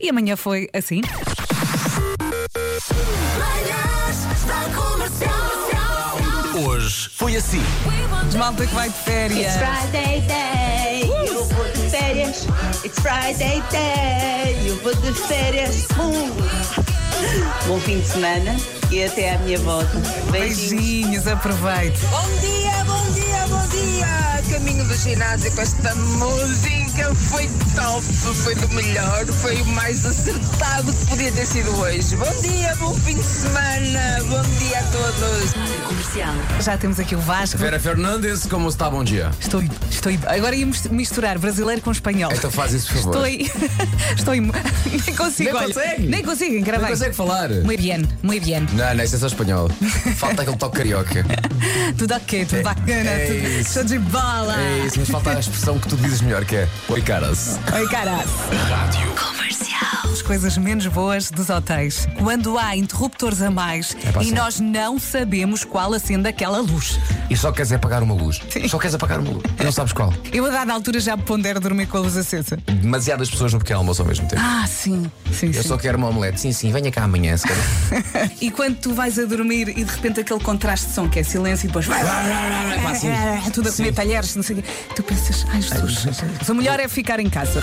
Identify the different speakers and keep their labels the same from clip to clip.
Speaker 1: E amanhã foi assim.
Speaker 2: Manhãs da Comercial.
Speaker 3: Hoje foi assim.
Speaker 1: Malta que vai de férias.
Speaker 4: Friday day, eu vou de férias. It's Friday day, eu vou de férias. Uh. Bom fim de semana e até à minha volta. Beijinhos.
Speaker 1: Beijinhos, aproveite.
Speaker 5: Bom dia, bom dia, bom dia! Caminho do ginásio com esta música foi top, foi do melhor, foi o mais acertado que podia ter sido hoje. Bom dia, bom fim de semana, bom dia a todos!
Speaker 1: Já temos aqui o Vasco.
Speaker 3: Vera Fernandes, como está? Bom dia.
Speaker 1: Estou, estou. Agora ia mis- misturar brasileiro com espanhol.
Speaker 3: Então faz isso, por favor.
Speaker 1: Estou. Estou. Nem consigo.
Speaker 3: Nem
Speaker 1: olha.
Speaker 3: consegue.
Speaker 1: Nem consigo,
Speaker 3: Não
Speaker 1: gravei.
Speaker 3: consegue falar.
Speaker 1: Muy bien, muy bien.
Speaker 3: Não, não, isso é só espanhol. Falta aquele toque carioca.
Speaker 1: Tudo ok, tudo bacana,
Speaker 3: Hum. é
Speaker 1: tudo
Speaker 3: isso.
Speaker 1: show de bola.
Speaker 3: É isso, mas falta a expressão que tu dizes melhor, que é Oi, caras.
Speaker 1: Oi, caralho. As coisas menos boas dos hotéis. Quando há interruptores a mais
Speaker 3: pá,
Speaker 1: e
Speaker 3: sim.
Speaker 1: nós não sabemos qual acende aquela luz.
Speaker 3: E só queres é apagar uma luz. Só queres apagar uma luz. E não sabes qual.
Speaker 1: Eu, a dada altura, já pondero dormir com a luz acesa.
Speaker 3: Demasiadas pessoas no pequeno almoço ao mesmo tempo.
Speaker 1: Ah, sim. Sim,
Speaker 3: Eu
Speaker 1: sim.
Speaker 3: só quero uma omelete. Sim, sim, venha cá amanhã, se calhar.
Speaker 1: E quando tu vais a dormir e de repente aquele contraste de som que é silêncio e depois vai. é,
Speaker 3: pá, assim.
Speaker 1: Tudo a comer talheres, não sei o quê. Tu pensas, ai Jesus, o melhor é ficar em casa.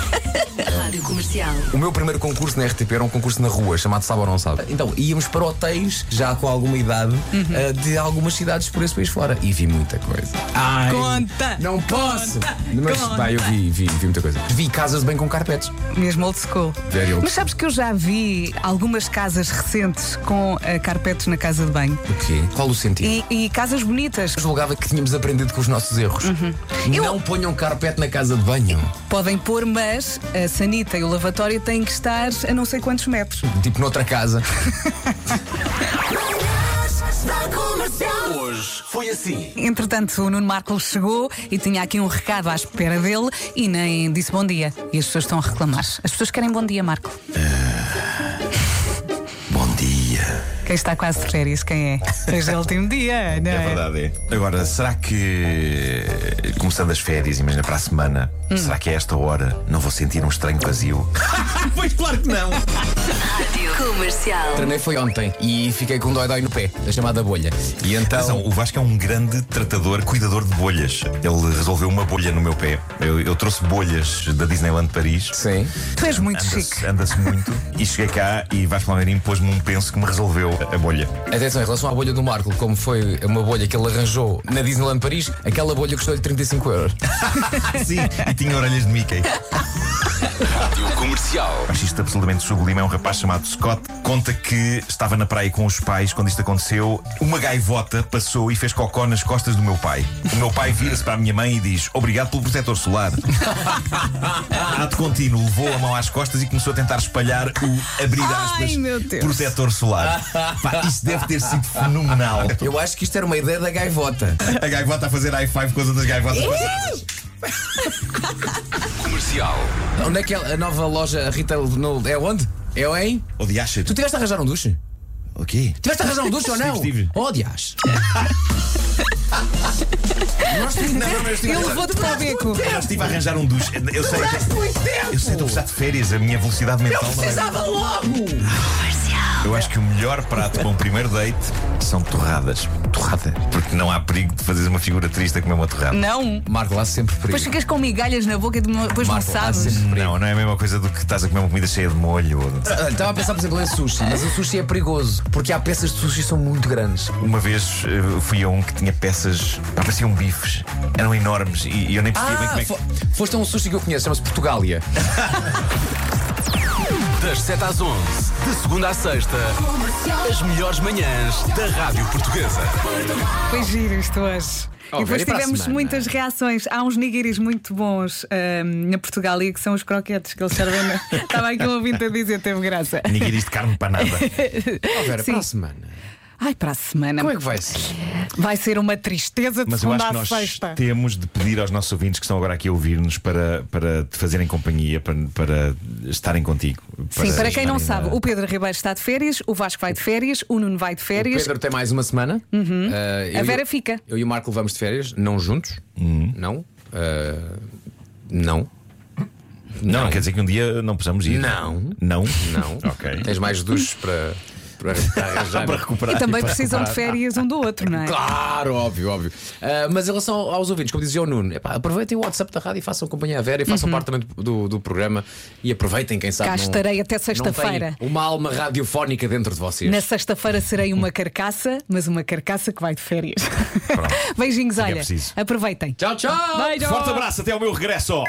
Speaker 3: O meu primeiro concurso na RTP era um concurso na rua, chamado Sabe ou Não Sabe. Então, íamos para hotéis, já com alguma idade,
Speaker 1: Uhum.
Speaker 3: eh, de algumas cidades por esse país fora. E vi muita coisa. Ai,
Speaker 1: Conta!
Speaker 3: Não posso!
Speaker 1: Conta!
Speaker 3: Mas,
Speaker 1: Conta!
Speaker 3: pá, eu vi, vi, vi muita coisa. Vi casas de bem com carpetes.
Speaker 1: Mesmo old school.
Speaker 3: Very old
Speaker 1: Mas sabes que eu já vi algumas casas recentes com eh, carpetes na casa de banho.
Speaker 3: O quê? Qual o sentido?
Speaker 1: E, e casas bonitas.
Speaker 3: Eu julgava que tínhamos aprendido com os nossos erros.
Speaker 1: Uhum. Eu-
Speaker 3: Não ponham carpete na casa de banho.
Speaker 1: Podem pôr, mas a sanita e o lavatório têm que estar a não sei quantos metros.
Speaker 3: Tipo noutra casa.
Speaker 2: Manhãs da Comercial.
Speaker 3: Hoje foi assim.
Speaker 1: Entretanto, o Nuno Marcos chegou e tinha aqui um recado à espera dele e nem disse bom dia. E as pessoas estão a reclamar. As pessoas querem bom dia, Marco.
Speaker 6: Bom dia.
Speaker 1: Quem está quase de férias, quem é? Hoje é o último dia, não é?
Speaker 6: É verdade, é. Agora, será que. Começando as férias, imagina para a semana,
Speaker 1: Hum.
Speaker 6: será que a esta hora não vou sentir um estranho vazio?
Speaker 1: Então-
Speaker 6: pois claro que não!
Speaker 3: Treinei foi ontem e fiquei com um dói-dói no pé, a chamada bolha. E então.
Speaker 6: Atenção, o Vasco é um grande tratador, cuidador de bolhas. Ele resolveu uma bolha no meu pé. Eu, eu trouxe bolhas da Disneyland Paris.
Speaker 3: Sim.
Speaker 1: Tu és muito chique.
Speaker 6: Anda-se anda-se muito. e cheguei cá e Vasco Palmeirinho pôs-me um penso que me resolveu a bolha.
Speaker 3: Atenção, em relação à bolha do Marco, como foi uma bolha que ele arranjou na Disneyland Paris, aquela bolha custou-lhe 35 euros.
Speaker 6: Sim, e tinha orelhas de Mickey.
Speaker 3: Rádio Comercial.
Speaker 6: Acho isto absolutamente sublime. É um rapaz chamado Scott. Conta que estava na praia com os pais quando isto aconteceu. Uma gaivota passou e fez cocó nas costas do meu pai. O meu pai vira-se para a minha mãe e diz: Obrigado pelo protetor solar. Ato contínuo, levou a mão às costas e começou a tentar espalhar o abrir aspas
Speaker 1: Ai, meu Deus.
Speaker 6: protetor solar. Pá, isto deve ter sido fenomenal.
Speaker 3: Eu acho que isto era uma ideia da gaivota.
Speaker 6: A gaivota a fazer high five com as outras gaivotas.
Speaker 3: Onde é que é a nova loja retail no, é onde? É em?
Speaker 6: O de acha?
Speaker 3: Tu tiveste a arranjar um duche?
Speaker 6: O quê?
Speaker 3: Tiveste a arranjar um duche ou não?
Speaker 6: Sim, tive.
Speaker 3: Odias. Nós tivemos. Não, não,
Speaker 1: Ele levou-te para o beco.
Speaker 6: Eu estive a arranjar um duche. Eu sei. Eu sei, estou a precisar de férias. A minha velocidade mental não é.
Speaker 3: logo!
Speaker 6: Eu acho que o melhor prato para um primeiro date são torradas. Torrada. Porque não há perigo de fazeres uma figura triste a comer uma torrada.
Speaker 1: Não.
Speaker 3: Marco, lá sempre
Speaker 1: Depois
Speaker 3: perigo.
Speaker 1: ficas com migalhas na boca e depois não
Speaker 3: Marco, há
Speaker 1: sabes.
Speaker 3: tá sempre perigo.
Speaker 6: Não, não é a mesma coisa do que estás a comer uma comida cheia de molho. ou de-
Speaker 3: Olha, Estava a pensar, por exemplo, em sushi, mas o sushi é perigoso, porque há peças de sushi que são muito grandes.
Speaker 6: Uma vez eh, fui a um que tinha peças. pá, pareciam bifes. Eram enormes e, e eu nem percebi
Speaker 1: Ah,
Speaker 6: bem como é que.
Speaker 3: fo- foste a um sushi que eu conheço, chama-se Portugália.
Speaker 7: Das 7 às 11, de segunda à sexta, as melhores manhãs da Rádio Portuguesa.
Speaker 1: Foi giro isto hoje.
Speaker 3: Oh,
Speaker 1: e
Speaker 3: Vera,
Speaker 1: depois
Speaker 3: e para a
Speaker 1: tivemos
Speaker 3: semana?
Speaker 1: muitas reações. Há uns nigiris muito bons ahm, na Portugal e que são os croquetes que eles servem. na- Estava aqui um ouvinte a dizer, teve graça.
Speaker 6: Ninguém diz de carne para nada.
Speaker 3: Oh, Vera,
Speaker 1: Sim.
Speaker 3: para a semana.
Speaker 1: Ai, para a semana.
Speaker 3: Como é que vai ser?
Speaker 1: Vai ser uma tristeza de
Speaker 6: Mas eu acho
Speaker 1: segunda
Speaker 6: que
Speaker 1: à
Speaker 6: nós
Speaker 1: sexta.
Speaker 6: temos de pedir aos nossos ouvintes que estão agora aqui a ouvir-nos para, para te fazerem companhia, para, para estarem contigo.
Speaker 1: Sim, para quem não
Speaker 6: estarem
Speaker 1: sabe,
Speaker 6: na-
Speaker 1: o Pedro Ribeiro está de férias, o Vasco vai de férias, o Nuno vai de férias.
Speaker 3: Pedro tem mais uma semana. Ah, eu
Speaker 1: Uhum. A
Speaker 3: e-
Speaker 1: Vera fica.
Speaker 3: Eu e o Marco
Speaker 6: Uhum.
Speaker 3: vamos de férias, Eh, não juntos. Não. Ah, não.
Speaker 6: Não, quer dizer que um dia não possamos ir.
Speaker 3: Não.
Speaker 6: Não?
Speaker 3: Não.
Speaker 6: Ok.
Speaker 3: Tens mais duchos para, para, para arranjar.
Speaker 6: Para recuperar.
Speaker 1: E também
Speaker 3: para
Speaker 1: precisam de
Speaker 3: reparar.
Speaker 1: férias um do outro, não é?
Speaker 3: Claro, óbvio, óbvio. Ah, mas em relação aos ouvintes, como dizia o Nuno, epá, aproveitem o WhatsApp da rádio e façam companhia à Vera e façam parte também do, do- do programa e aproveitem, quem sabe.
Speaker 1: Uhum. Cá
Speaker 3: não-
Speaker 1: estarei até
Speaker 3: não tem
Speaker 1: sexta-feira.
Speaker 3: Uma alma radiofónica dentro de vocês.
Speaker 1: Na sexta-feira serei uma carcaça, mas uma carcaça que vai de férias. Beijinhos,
Speaker 6: é
Speaker 1: olha.
Speaker 6: preciso.
Speaker 1: aproveitem.
Speaker 3: Tchau, tchau!
Speaker 1: Beijo!
Speaker 6: Forte abraço, até ao meu regresso.